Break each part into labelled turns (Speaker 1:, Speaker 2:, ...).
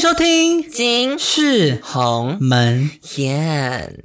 Speaker 1: 收听《
Speaker 2: 金
Speaker 1: 是
Speaker 2: 红
Speaker 1: 门》，
Speaker 2: 艳，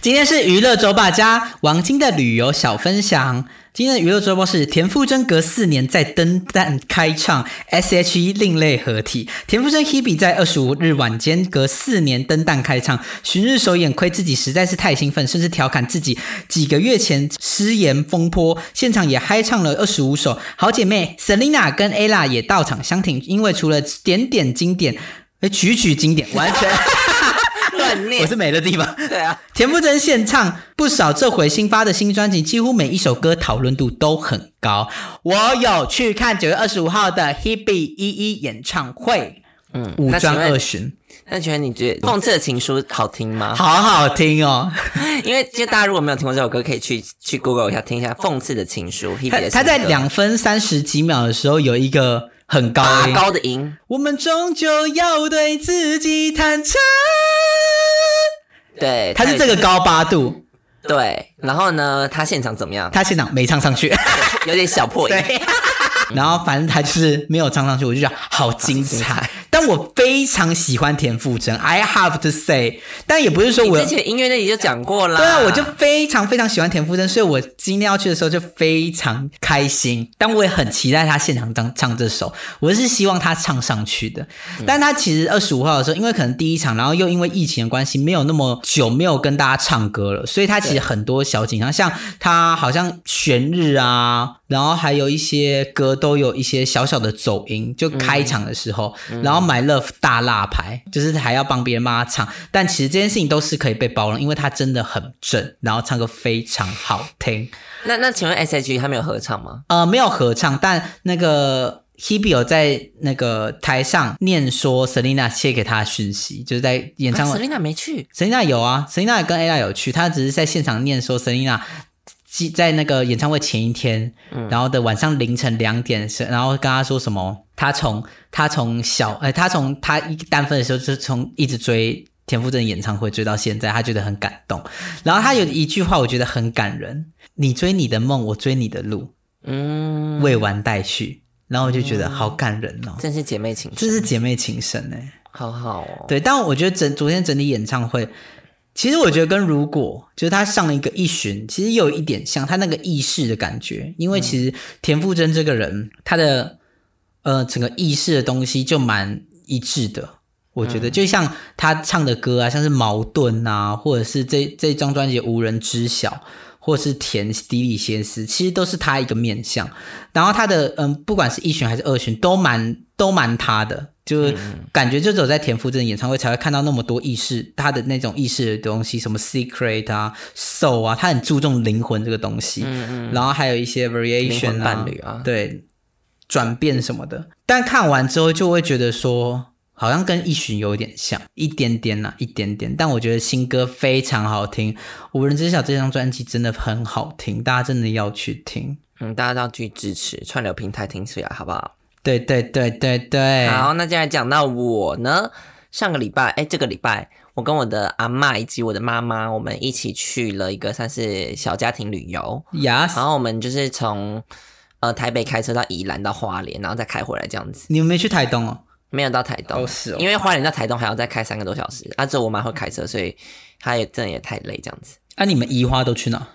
Speaker 1: 今天是娱乐周报加王晶的旅游小分享。今天的娱乐周报是田馥甄隔四年在登诞开唱 S.H.E 另类合体。田馥甄 Hebe 在二十五日晚间隔四年登诞开唱，寻日首演，亏自己实在是太兴奋，甚至调侃自己几个月前失言风波，现场也嗨唱了二十五首。好姐妹 Selina 跟 Ella 也到场相挺，因为除了点点经典，哎曲曲经典，完全
Speaker 2: 乱
Speaker 1: 我
Speaker 2: 念，
Speaker 1: 是美乐蒂吗？
Speaker 2: 对啊，
Speaker 1: 田馥甄现唱不少，这回新发的新专辑几乎每一首歌讨论度都很高。我有去看九月二十五号的 Hebe 一一演唱会，嗯，五
Speaker 2: 那请
Speaker 1: 专
Speaker 2: 问
Speaker 1: 二巡，
Speaker 2: 那请问你觉得《讽刺的情书》好听吗？
Speaker 1: 好好听哦。
Speaker 2: 因为就大家如果没有听过这首歌，可以去去 Google 一下听一下《讽刺的情书》Hebe
Speaker 1: 他
Speaker 2: 的新歌。
Speaker 1: 他在两分三十几秒的时候有一个很高
Speaker 2: 拔
Speaker 1: 音，
Speaker 2: 高的音，
Speaker 1: 我们终究要对自己坦诚，
Speaker 2: 对，
Speaker 1: 他是这个高八度，
Speaker 2: 对。然后呢，他现场 怎么样？
Speaker 1: 他现场没唱上去。
Speaker 2: 有点小破 音，
Speaker 1: 对，然后反正他就是没有唱上去，我就觉得好精彩。但我非常喜欢田馥甄，I have to say，但也不是说
Speaker 2: 你
Speaker 1: 我
Speaker 2: 之前音乐那里就讲过啦。
Speaker 1: 对啊，我就非常非常喜欢田馥甄，所以我今天要去的时候就非常开心，但我也很期待他现场当唱这首，我是希望他唱上去的。但他其实二十五号的时候，因为可能第一场，然后又因为疫情的关系，没有那么久没有跟大家唱歌了，所以他其实很多小紧张，像他好像旋日啊。然后还有一些歌都有一些小小的走音，就开场的时候，然后 My Love 大辣牌，就是还要帮别人帮他唱，但其实这件事情都是可以被包容，因为他真的很正，然后唱歌非常好听。
Speaker 2: 那那请问 S.H.E 他们有合唱吗？
Speaker 1: 呃，没有合唱，但那个 Hebe 有在那个台上念说 Selina 写给他的讯息，就是在演唱会。
Speaker 2: 啊 Selina 没去，
Speaker 1: Selina 有啊，Selina 跟 Ella 有去，她只是在现场念说 Selina 记在那个演唱会前一天，然后的晚上凌晨两点，是然后跟她说什么，她从她从小，呃，她从她一单飞的时候，就从一直追田馥甄演唱会追到现在，她觉得很感动。然后她有一句话，我觉得很感人：你追你的梦，我追你的路，
Speaker 2: 嗯，
Speaker 1: 未完待续。然后我就觉得好感人哦，
Speaker 2: 真是姐妹情
Speaker 1: 这
Speaker 2: 深，
Speaker 1: 是姐妹情深哎、
Speaker 2: 好好哦。
Speaker 1: 对，但我觉得整昨天整理演唱会，其实我觉得跟如果就是他上了一个一巡，其实有一点像他那个意识的感觉，因为其实田馥甄这个人，他的呃整个意识的东西就蛮一致的。我觉得就像他唱的歌啊，像是《矛盾》啊，或者是这这张专辑《无人知晓》，或是《甜迪里先思》，其实都是他一个面相。然后他的嗯，不管是一巡还是二巡，都蛮都蛮他的，
Speaker 2: 嗯
Speaker 1: 就是感觉就只有在田馥甄演唱会才会看到那么多意识，他的那种意识的东西，什么 secret 啊、soul 啊，他很注重灵魂这个东西。嗯嗯。然后还有一些 variation
Speaker 2: 魂
Speaker 1: 啊，
Speaker 2: 伴侣啊
Speaker 1: 对，转变什么的。但看完之后就会觉得说。好像跟一巡有点像，一点点啦、一点点。但我觉得新歌非常好听，《无人知晓》这张专辑真的很好听，大家真的要去听。
Speaker 2: 嗯，大家都要去支持串流平台听起来，好不好？
Speaker 1: 对对对对对，
Speaker 2: 好，那接下来讲到我呢，上个礼拜，哎，这个礼拜，我跟我的阿嬷以及我的妈妈，我们一起去了一个算是小家庭旅游，
Speaker 1: ，Yes，
Speaker 2: 然后我们就是从呃台北开车到宜兰到花莲，然后再开回来这样子，
Speaker 1: 你们没去台东哦？
Speaker 2: 没有到台东，
Speaker 1: 哦是哦
Speaker 2: 因为花莲到台东还要再开三个多小时，啊，只有我妈会开车，所以她也真的也太累这样子。
Speaker 1: 啊，你们宜花都去哪？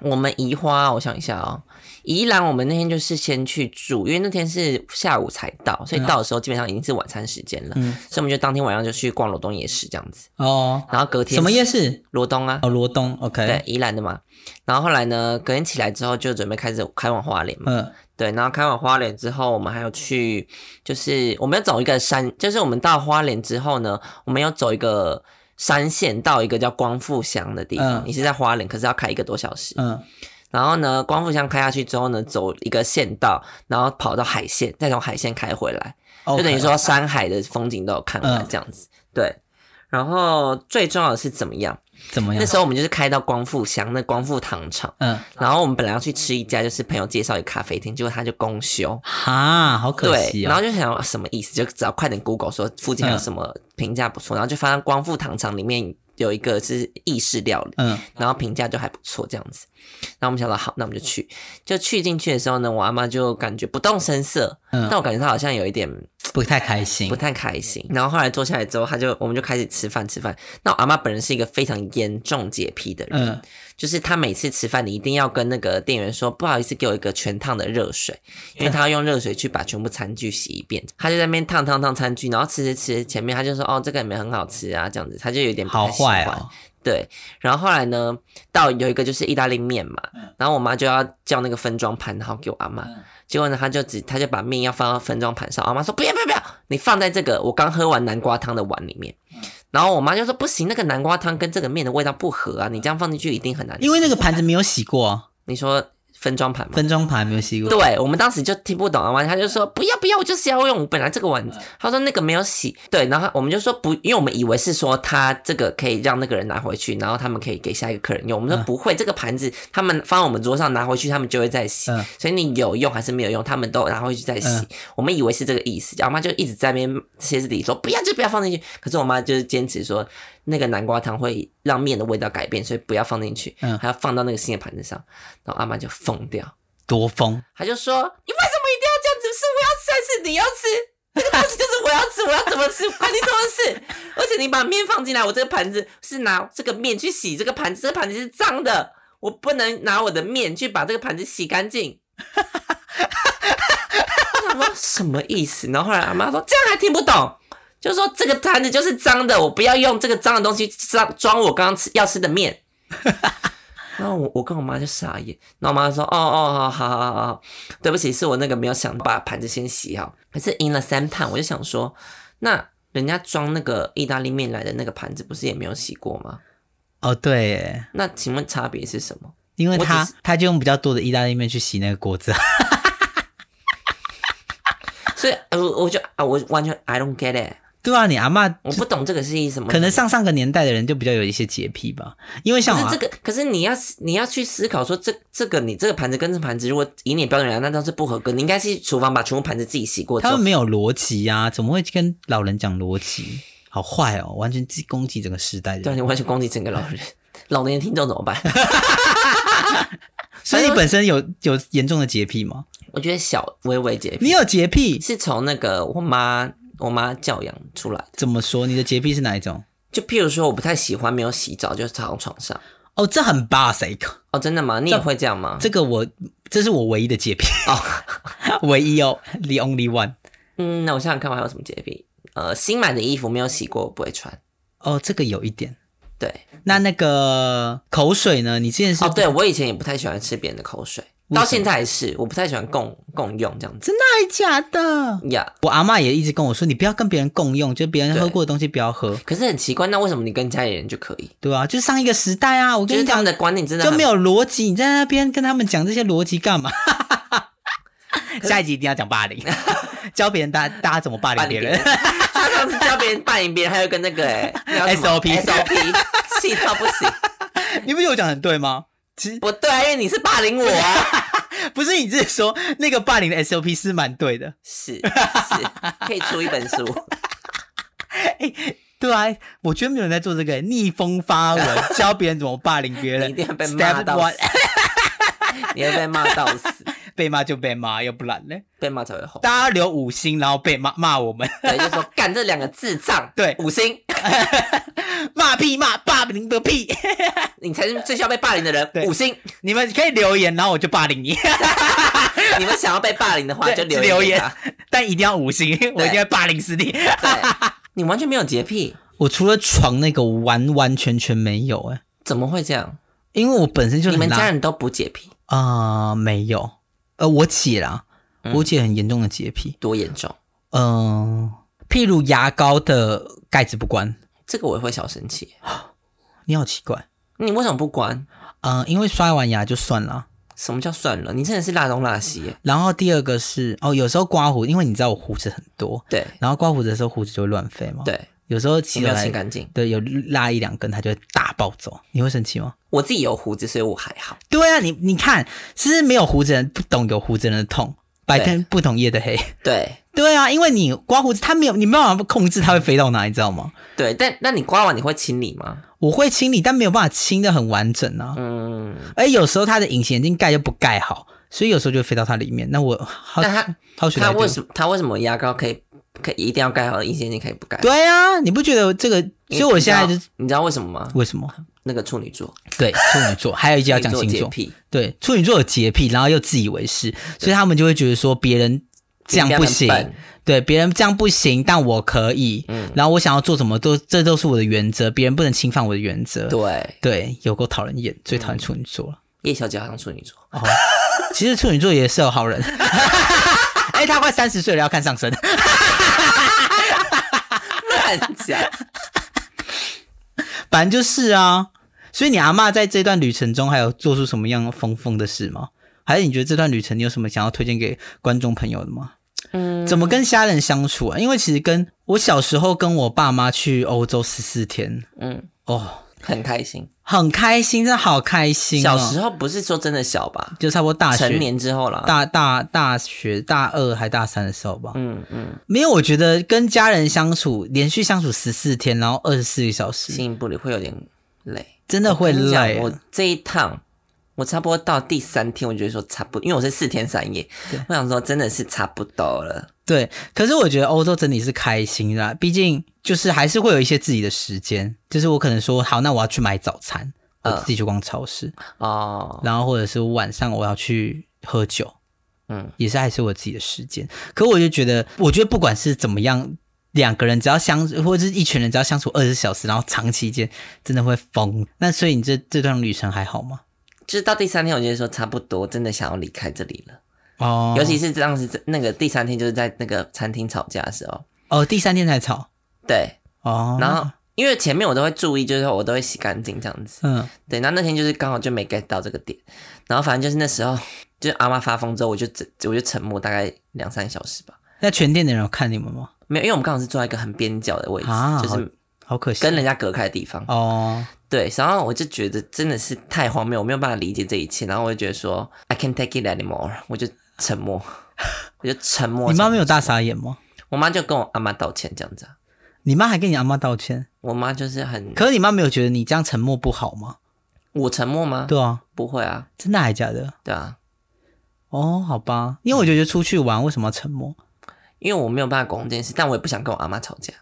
Speaker 2: 我们宜花，我想一下哦，宜兰我们那天就是先去住，因为那天是下午才到，
Speaker 1: 嗯
Speaker 2: 所以到的时候基本上已经是晚餐时间了，所以我们就当天晚上就去逛罗东夜市这样子，
Speaker 1: 哦，
Speaker 2: 然后隔天
Speaker 1: 什么夜市？
Speaker 2: 罗东啊，
Speaker 1: 哦，罗东，OK，
Speaker 2: 对，宜兰的嘛，然后后来呢，隔天起来之后就准备开始开往花莲嘛，
Speaker 1: 嗯，
Speaker 2: 对，然后开往花莲之后，我们还有去，就是我们要走一个山，就是我们到花莲之后呢，我们要走一个山线到一个叫光复乡的地方，
Speaker 1: 嗯
Speaker 2: 你是在花莲，可是要开一个多小时，
Speaker 1: 嗯
Speaker 2: 然后呢，光复乡开下去之后呢，走一个县道，然后跑到海线，再从海线开回来，
Speaker 1: ，OK，
Speaker 2: 就等于说山海的风景都有看完
Speaker 1: 嗯
Speaker 2: 这样子。对，然后最重要的是怎么样？
Speaker 1: 怎么样
Speaker 2: 那？时候我们就是开到光复乡那光复糖厂，
Speaker 1: 嗯，
Speaker 2: 然后我们本来要去吃一家就是朋友介绍一个咖啡厅，结果他就公休。
Speaker 1: 哈，好可
Speaker 2: 对，
Speaker 1: 惜
Speaker 2: 然
Speaker 1: 哦。
Speaker 2: 后就想什么意思，就只要快点 Google 说附近还
Speaker 1: 嗯
Speaker 2: 有什么评价不错，然后就发现光复糖厂里面有一个是意式料理，
Speaker 1: 嗯
Speaker 2: 然后评价就还不错这样子。然后我们想到好，那我们就去。就去进去的时候呢，我阿妈就感觉不动声色，
Speaker 1: 嗯
Speaker 2: 但我感觉他好像有一点
Speaker 1: 不太开心
Speaker 2: 不。太开心。然后后来坐下来之后，他就我们就开始吃饭吃饭。那我阿妈本人是一个非常严重洁癖的人，
Speaker 1: 嗯
Speaker 2: 就是她每次吃饭，你一定要跟那个店员说不好意思，给我一个全烫的热水，
Speaker 1: 嗯
Speaker 2: 因为她要用热水去把全部餐具洗一遍。她就在那边烫烫烫餐具，然后吃吃吃，前面她就说哦这个也没很好吃啊这样子，她就有点不
Speaker 1: 好
Speaker 2: 太喜欢。
Speaker 1: 坏哦，
Speaker 2: 对，然后后来呢，到有一个就是意大利面嘛，
Speaker 1: 嗯
Speaker 2: 然后我妈就要叫那个分装盘，然后给我阿妈。结果呢，她就只她就把面要放到分装盘上，阿妈说不要不要不要，你放在这个我刚喝完南瓜汤的碗里面。
Speaker 1: 嗯
Speaker 2: 然后我妈就说不行，那个南瓜汤跟这个面的味道不合啊，你这样放进去一定很难吃。
Speaker 1: 因为那个盘子没有洗过啊，
Speaker 2: 你说分装盘嘛，
Speaker 1: 分装盘没有洗过。
Speaker 2: 对我们当时就听不懂啊，完她就说不要不要，我就是要用我本来这个碗。
Speaker 1: 嗯
Speaker 2: 她说那个没有洗，对，然后我们就说不，因为我们以为是说她这个可以让那个人拿回去，然后他们可以给下一个客人用。我们说
Speaker 1: 嗯
Speaker 2: 不会，这个盘子他们放在我们桌上拿回去，他们就会再洗。
Speaker 1: 嗯
Speaker 2: 所以你有用还是没有用，他们都拿回去再洗。
Speaker 1: 嗯
Speaker 2: 我们以为是这个意思，然后妈就一直在那边歇斯底里说不要就不要放进去，可是我妈就是坚持说那个南瓜汤会让面的味道改变，所以不要放进去，
Speaker 1: 嗯
Speaker 2: 还要放到那个新的盘子上。然后阿妈就疯掉。
Speaker 1: 多疯，
Speaker 2: 他就说：“你为什么一定要这样子？是我要吃还是你要吃？这个东西就是我要吃，我要怎么吃关你什么事？而且你把面放进来，我这个盘子是拿这个面去洗这个盘子，这个盘子是脏的，我不能拿我的面去把这个盘子洗干净。”他妈什么意思？然后后来阿妈说：“这样还听不懂。”就是说这个盘子就是脏的，我不要用这个脏的东西装装我刚刚吃要吃的面。 然后我我跟我妈就傻眼，然后我妈就说：“哦哦，好好好好好，对不起，是我那个没有想把盘子先洗好。”可是赢了三盘，我就想说，那人家装那个意大利面来的那个盘子不是也没有洗过吗？
Speaker 1: 哦，对耶，
Speaker 2: 那请问差别是什么？
Speaker 1: 因为
Speaker 2: 我只
Speaker 1: 他
Speaker 2: 是
Speaker 1: 他就用比较多的意大利面去洗那个锅子，啊
Speaker 2: 所以，呃我我就啊，我完全 I don't get it，
Speaker 1: 对啊，你阿妈
Speaker 2: 我不懂这个是意思什么。
Speaker 1: 可能上上个年代的人就比较有一些洁癖吧，因为像
Speaker 2: 可
Speaker 1: 我
Speaker 2: 是
Speaker 1: 啊
Speaker 2: 这个，可是你要思你要去思考说这，这个你这个盘子跟这盘子，如果以你的标准来，那都是不合格。你应该是厨房把全部盘子自己洗过之
Speaker 1: 他
Speaker 2: 后
Speaker 1: 们，没有逻辑啊，怎么会跟老人讲逻辑？好坏哦，完全攻击整个时代的
Speaker 2: 对啊，
Speaker 1: 人。
Speaker 2: 你完全攻击整个老人，老年听众怎 么办？
Speaker 1: 所以你本身有有严重的洁癖吗？
Speaker 2: 我觉得小微微洁癖
Speaker 1: 你有洁癖？
Speaker 2: 是从那个我妈我妈教养出来的。
Speaker 1: 怎么说？你的洁癖是哪一种？
Speaker 2: 就譬如说，我不太喜欢没有洗澡就躺床上。
Speaker 1: 哦，这很 basic，
Speaker 2: 哦，真的吗？你也会这样吗？
Speaker 1: 这个我这是我唯一的洁癖
Speaker 2: 哦，
Speaker 1: 唯一哦，the only one。
Speaker 2: 嗯，那我想想看，我还有什么洁癖？呃，新买的衣服没有洗过，我不会穿。
Speaker 1: 哦，这个有一点。
Speaker 2: 对，
Speaker 1: 那那个口水呢？你之前是
Speaker 2: 哦，对我以前也不太喜欢吃别人的口水，
Speaker 1: 为什么
Speaker 2: 到现在也是，我不太喜欢共共用这样子。
Speaker 1: 真的还假的？
Speaker 2: 呀、
Speaker 1: 我阿嬷也一直跟我说，你不要跟别人共用，就别人
Speaker 2: 对
Speaker 1: 喝过的东西不要喝，
Speaker 2: 可是很奇怪，那为什么你跟家里人就可以？
Speaker 1: 对啊？就是上一个时代啊，我
Speaker 2: 就
Speaker 1: 跟
Speaker 2: 是
Speaker 1: 你
Speaker 2: 他
Speaker 1: 讲
Speaker 2: 们，的观念真的
Speaker 1: 就
Speaker 2: 很
Speaker 1: 没有逻辑，你在那边跟他们讲这些逻辑 干嘛？下一集一定要讲霸凌，教别人大大家怎么霸凌
Speaker 2: 霸
Speaker 1: 别
Speaker 2: 凌
Speaker 1: 人。。
Speaker 2: 他上次教别人霸凌别人，还有跟那 个哎、那叫什么
Speaker 1: SOP
Speaker 2: SOP 气到不行，
Speaker 1: 你不觉得我讲得很对吗？其实
Speaker 2: 不对啊，因为你是霸凌我啊。
Speaker 1: 不是，你只是说那个霸凌的 SOP 是蛮对的。
Speaker 2: 是是，可以出一 本书。
Speaker 1: 对啊，我觉得没有人在做这个逆风发文， 教别人怎么霸凌别人，
Speaker 2: 你一定要被骂
Speaker 1: Step
Speaker 2: 到
Speaker 1: one
Speaker 2: 死， 你会被骂到死，
Speaker 1: 被骂就被骂，要不然呢？
Speaker 2: 被骂才会红。
Speaker 1: 大家留五星，然后被骂骂我们，
Speaker 2: 对，就说干这两个智障，
Speaker 1: 对
Speaker 2: 五星，
Speaker 1: 骂屁骂霸凌个屁！
Speaker 2: 你才是最需要被霸凌的人，
Speaker 1: 对
Speaker 2: 五星。
Speaker 1: 你们可以留言，然后我就霸凌你，
Speaker 2: 你们想要被霸凌的话，
Speaker 1: 对
Speaker 2: 就
Speaker 1: 就
Speaker 2: 留
Speaker 1: 留
Speaker 2: 言
Speaker 1: 言
Speaker 2: 给他。
Speaker 1: 但一定要五星，我一定要霸凌死你。
Speaker 2: 对，你完全没有洁癖，
Speaker 1: 我除了床那个完完全全没有哎、
Speaker 2: 怎么会这样？
Speaker 1: 因为我本身就
Speaker 2: 你
Speaker 1: 很
Speaker 2: 们
Speaker 1: 懒
Speaker 2: 家人都不洁癖，
Speaker 1: 啊、没有，呃，我姐啦，我姐很严重的洁癖，
Speaker 2: 多严重？
Speaker 1: 嗯、譬如牙膏的盖子不关，
Speaker 2: 这个我也会小生气。
Speaker 1: 你好奇怪，
Speaker 2: 你为什么不关？
Speaker 1: 嗯、因为刷完牙就算了。
Speaker 2: 什么叫算了？你真的是辣东辣西耶。
Speaker 1: 然后第二个是哦，有时候刮胡，因为你知道我胡子很多，
Speaker 2: 对
Speaker 1: 然后刮胡子的时候胡子就会乱飞嘛，，
Speaker 2: 对，
Speaker 1: 有时候
Speaker 2: 你
Speaker 1: 起
Speaker 2: 没有
Speaker 1: 哦来
Speaker 2: 清干净。
Speaker 1: 对有拉一两根，它就会大暴走，你会生气吗？
Speaker 2: 我自己有胡子，所以我还好。
Speaker 1: 对啊，你你看，是不是没有胡子的人不懂有胡子的人的痛，白天不懂夜的黑。
Speaker 2: 对
Speaker 1: 对啊，因为你刮胡子，它没有你没有办法控制它会飞到哪，你知道吗？
Speaker 2: 对，但那你刮完你会清理吗？
Speaker 1: 我会清理，但没有办法清的很完整啊。
Speaker 2: 嗯，
Speaker 1: 而有时候它的隐形眼镜盖又不盖好，所以有时候就飞到它里面。那我好
Speaker 2: 但他
Speaker 1: 好选
Speaker 2: 他为
Speaker 1: 么？
Speaker 2: 什么他为什么牙膏可以可以一定要盖好，隐形眼镜可以不盖？
Speaker 1: 对啊，你不觉得这个？所
Speaker 2: 因为
Speaker 1: 以我现在
Speaker 2: 你
Speaker 1: 就
Speaker 2: 知道你知道为什么吗？
Speaker 1: 为什么？
Speaker 2: 那个处女座
Speaker 1: 对，处女座， 还有一集要讲
Speaker 2: 处
Speaker 1: 星
Speaker 2: 女座
Speaker 1: 座
Speaker 2: 洁，癖，
Speaker 1: 对，处女座有洁癖，然后又自以为是，所以他们就会觉得说别人这样不行
Speaker 2: 你，很笨
Speaker 1: 对，别人这样不行，但我可以，然后我想要做什么都，这都是我的原则，别人不能侵犯我的原则。
Speaker 2: 对，
Speaker 1: 对，嗯有够讨人厌，最讨厌处女座了。
Speaker 2: 叶小姐好像处女座，
Speaker 1: 哦，其实处女座也是有好人。 哎、他快三十岁了，要看上身。
Speaker 2: 乱讲。
Speaker 1: 反正就是啊，所以你阿嬷在这段旅程中还有做出什么样疯疯的事吗？还是你觉得这段旅程你有什么想要推荐给观众朋友的吗？ 嗯，怎么跟家人相处啊？因为其实跟我小时候跟我爸妈去欧洲十四天，
Speaker 2: 嗯，
Speaker 1: 哦，
Speaker 2: 很开心。
Speaker 1: 很开心，真的好开心、哦。
Speaker 2: 小时候不是说真的小吧，
Speaker 1: 就差不多大
Speaker 2: 成
Speaker 1: 学。
Speaker 2: 年之后啦。
Speaker 1: 大大大学大二还大三的时候吧，
Speaker 2: 嗯嗯，
Speaker 1: 没有，我觉得跟家人相处，连续相处十四天，然后二十四个小时，
Speaker 2: 进一步里会有点累，
Speaker 1: 真的会
Speaker 2: 跟你
Speaker 1: 累啊
Speaker 2: 讲。我这一趟，我差不多到第三天，我觉得说差不多，因为我是四天三夜，我想说真的是差不多了。
Speaker 1: 对，可是我觉得欧洲整体是开心的啦，啊毕竟就是还是会有一些自己的时间，就是我可能说好，那我要去买早餐，我
Speaker 2: 嗯
Speaker 1: 自己去逛超市，
Speaker 2: 哦，
Speaker 1: 然后或者是我晚上我要去喝酒，
Speaker 2: 嗯，
Speaker 1: 也是还是我自己的时间。可我就觉得，我觉得不管是怎么样，两个人只要相或者是一群人只要相处二十小时，然后长期间真的会疯。那所以你这这段旅程还好吗？
Speaker 2: 就是到第三天，我觉得说差不多，真的想要离开这里了。
Speaker 1: 哦
Speaker 2: 尤其是当时那个第三天，就是在那个餐厅吵架的时候，
Speaker 1: 哦，第三天才吵
Speaker 2: 对，
Speaker 1: 哦，
Speaker 2: 然后。因为前面我都会注意，就是说我都会洗干净这样子。
Speaker 1: 嗯，
Speaker 2: 对，那那天就是刚好就没 get 到这个点，然后反正就是那时候， 就是阿妈发疯之后，我就只我就沉默大概两三小时吧，
Speaker 1: 那全店的人有看你们吗？
Speaker 2: 没有，因为我们刚好是坐在一个很边角的位置，
Speaker 1: 啊
Speaker 2: 就
Speaker 1: 好
Speaker 2: 是
Speaker 1: 好可惜
Speaker 2: 跟人家隔开的地方。
Speaker 1: 哦，
Speaker 2: 对，然后我就觉得真的是太荒谬，我没有办法理解这一切，然后我就觉得说 I can't take it anymore，我就沉默，我就沉默。
Speaker 1: 你妈没有
Speaker 2: 沉
Speaker 1: 大
Speaker 2: 默，
Speaker 1: 傻眼吗？
Speaker 2: 我妈就跟我阿妈道歉这样子啊、
Speaker 1: 你妈还跟你阿妈道歉，
Speaker 2: 我妈就是很
Speaker 1: 可是你妈没有觉得你这样沉默不好吗？
Speaker 2: 我沉默吗？
Speaker 1: 对啊，
Speaker 2: 不会啊，
Speaker 1: 真的还假的？
Speaker 2: 对啊，
Speaker 1: 哦，好吧，因为我觉得出去玩为什么要沉默
Speaker 2: 因为我没有办法沟通这件事，但我也不想跟我阿妈吵架，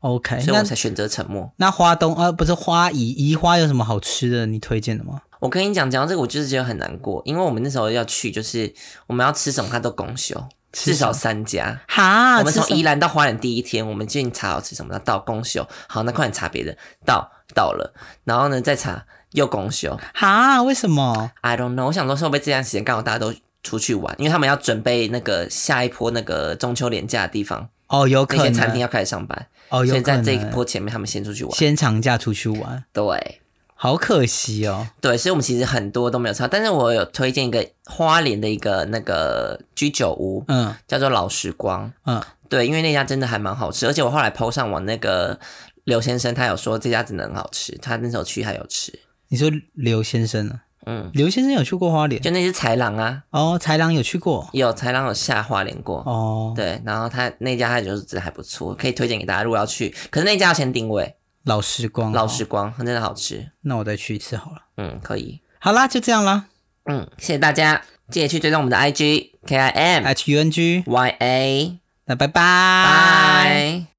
Speaker 1: ？OK，
Speaker 2: 所以
Speaker 1: 哎那
Speaker 2: 我才选择沉默。
Speaker 1: 那花东呃不是花宜宜花有什么好吃的？你推荐的吗？
Speaker 2: 我跟你讲，讲到这个，我就是觉得很难过，因为我们那时候要去，就是我们要吃什么，他都公休，
Speaker 1: 吃
Speaker 2: 至
Speaker 1: 什么
Speaker 2: 少三家。
Speaker 1: 哈，
Speaker 2: 我们从
Speaker 1: 啊吃什么
Speaker 2: 宜兰到花莲第一天，我们进查好吃什么，然后到公休，好，那快点查别的，到到了，然后呢再查又公休
Speaker 1: 哈，为什么？
Speaker 2: ，I don't know，我想说是不是这段时间刚好大家都出去玩，因为他们要准备那个下一波那个中秋连假的地方，
Speaker 1: 哦，有可
Speaker 2: 那些
Speaker 1: 能
Speaker 2: 餐厅要开始上班，
Speaker 1: 哦，
Speaker 2: 所
Speaker 1: 有
Speaker 2: 以
Speaker 1: 可
Speaker 2: 在
Speaker 1: 能
Speaker 2: 这一波前面他们先出去玩，
Speaker 1: 先长假出去玩，
Speaker 2: 对。
Speaker 1: 好可惜哦。
Speaker 2: 对，所以我们其实很多都没有差，但是我有推荐一个花莲的一个那个居酒屋，
Speaker 1: 嗯
Speaker 2: 叫做老时光。
Speaker 1: 嗯，
Speaker 2: 对，因为那家真的还蛮好吃，而且我后来 PO 上网那个刘先生，他有说这家真的很好吃，他那时候去还有吃，
Speaker 1: 你说刘先生呢？
Speaker 2: 嗯，
Speaker 1: 刘先生有去过花莲
Speaker 2: 就那只豺狼啊，
Speaker 1: 哦，豺狼有去过
Speaker 2: 有豺狼有下花莲过。
Speaker 1: 哦，
Speaker 2: 对，然后他那家他就是真的还不错，可以推荐给大家。如果要去，可是那家要先定位，
Speaker 1: 老时光，
Speaker 2: 老时，光真的好吃，
Speaker 1: 那我再去一次好了。
Speaker 2: 嗯，可以，
Speaker 1: 好啦，就这样啦。
Speaker 2: 嗯，谢谢大家，记得去追踪我们的 IG K I M
Speaker 1: H U N G，
Speaker 2: Y A，
Speaker 1: 那拜拜。
Speaker 2: 拜。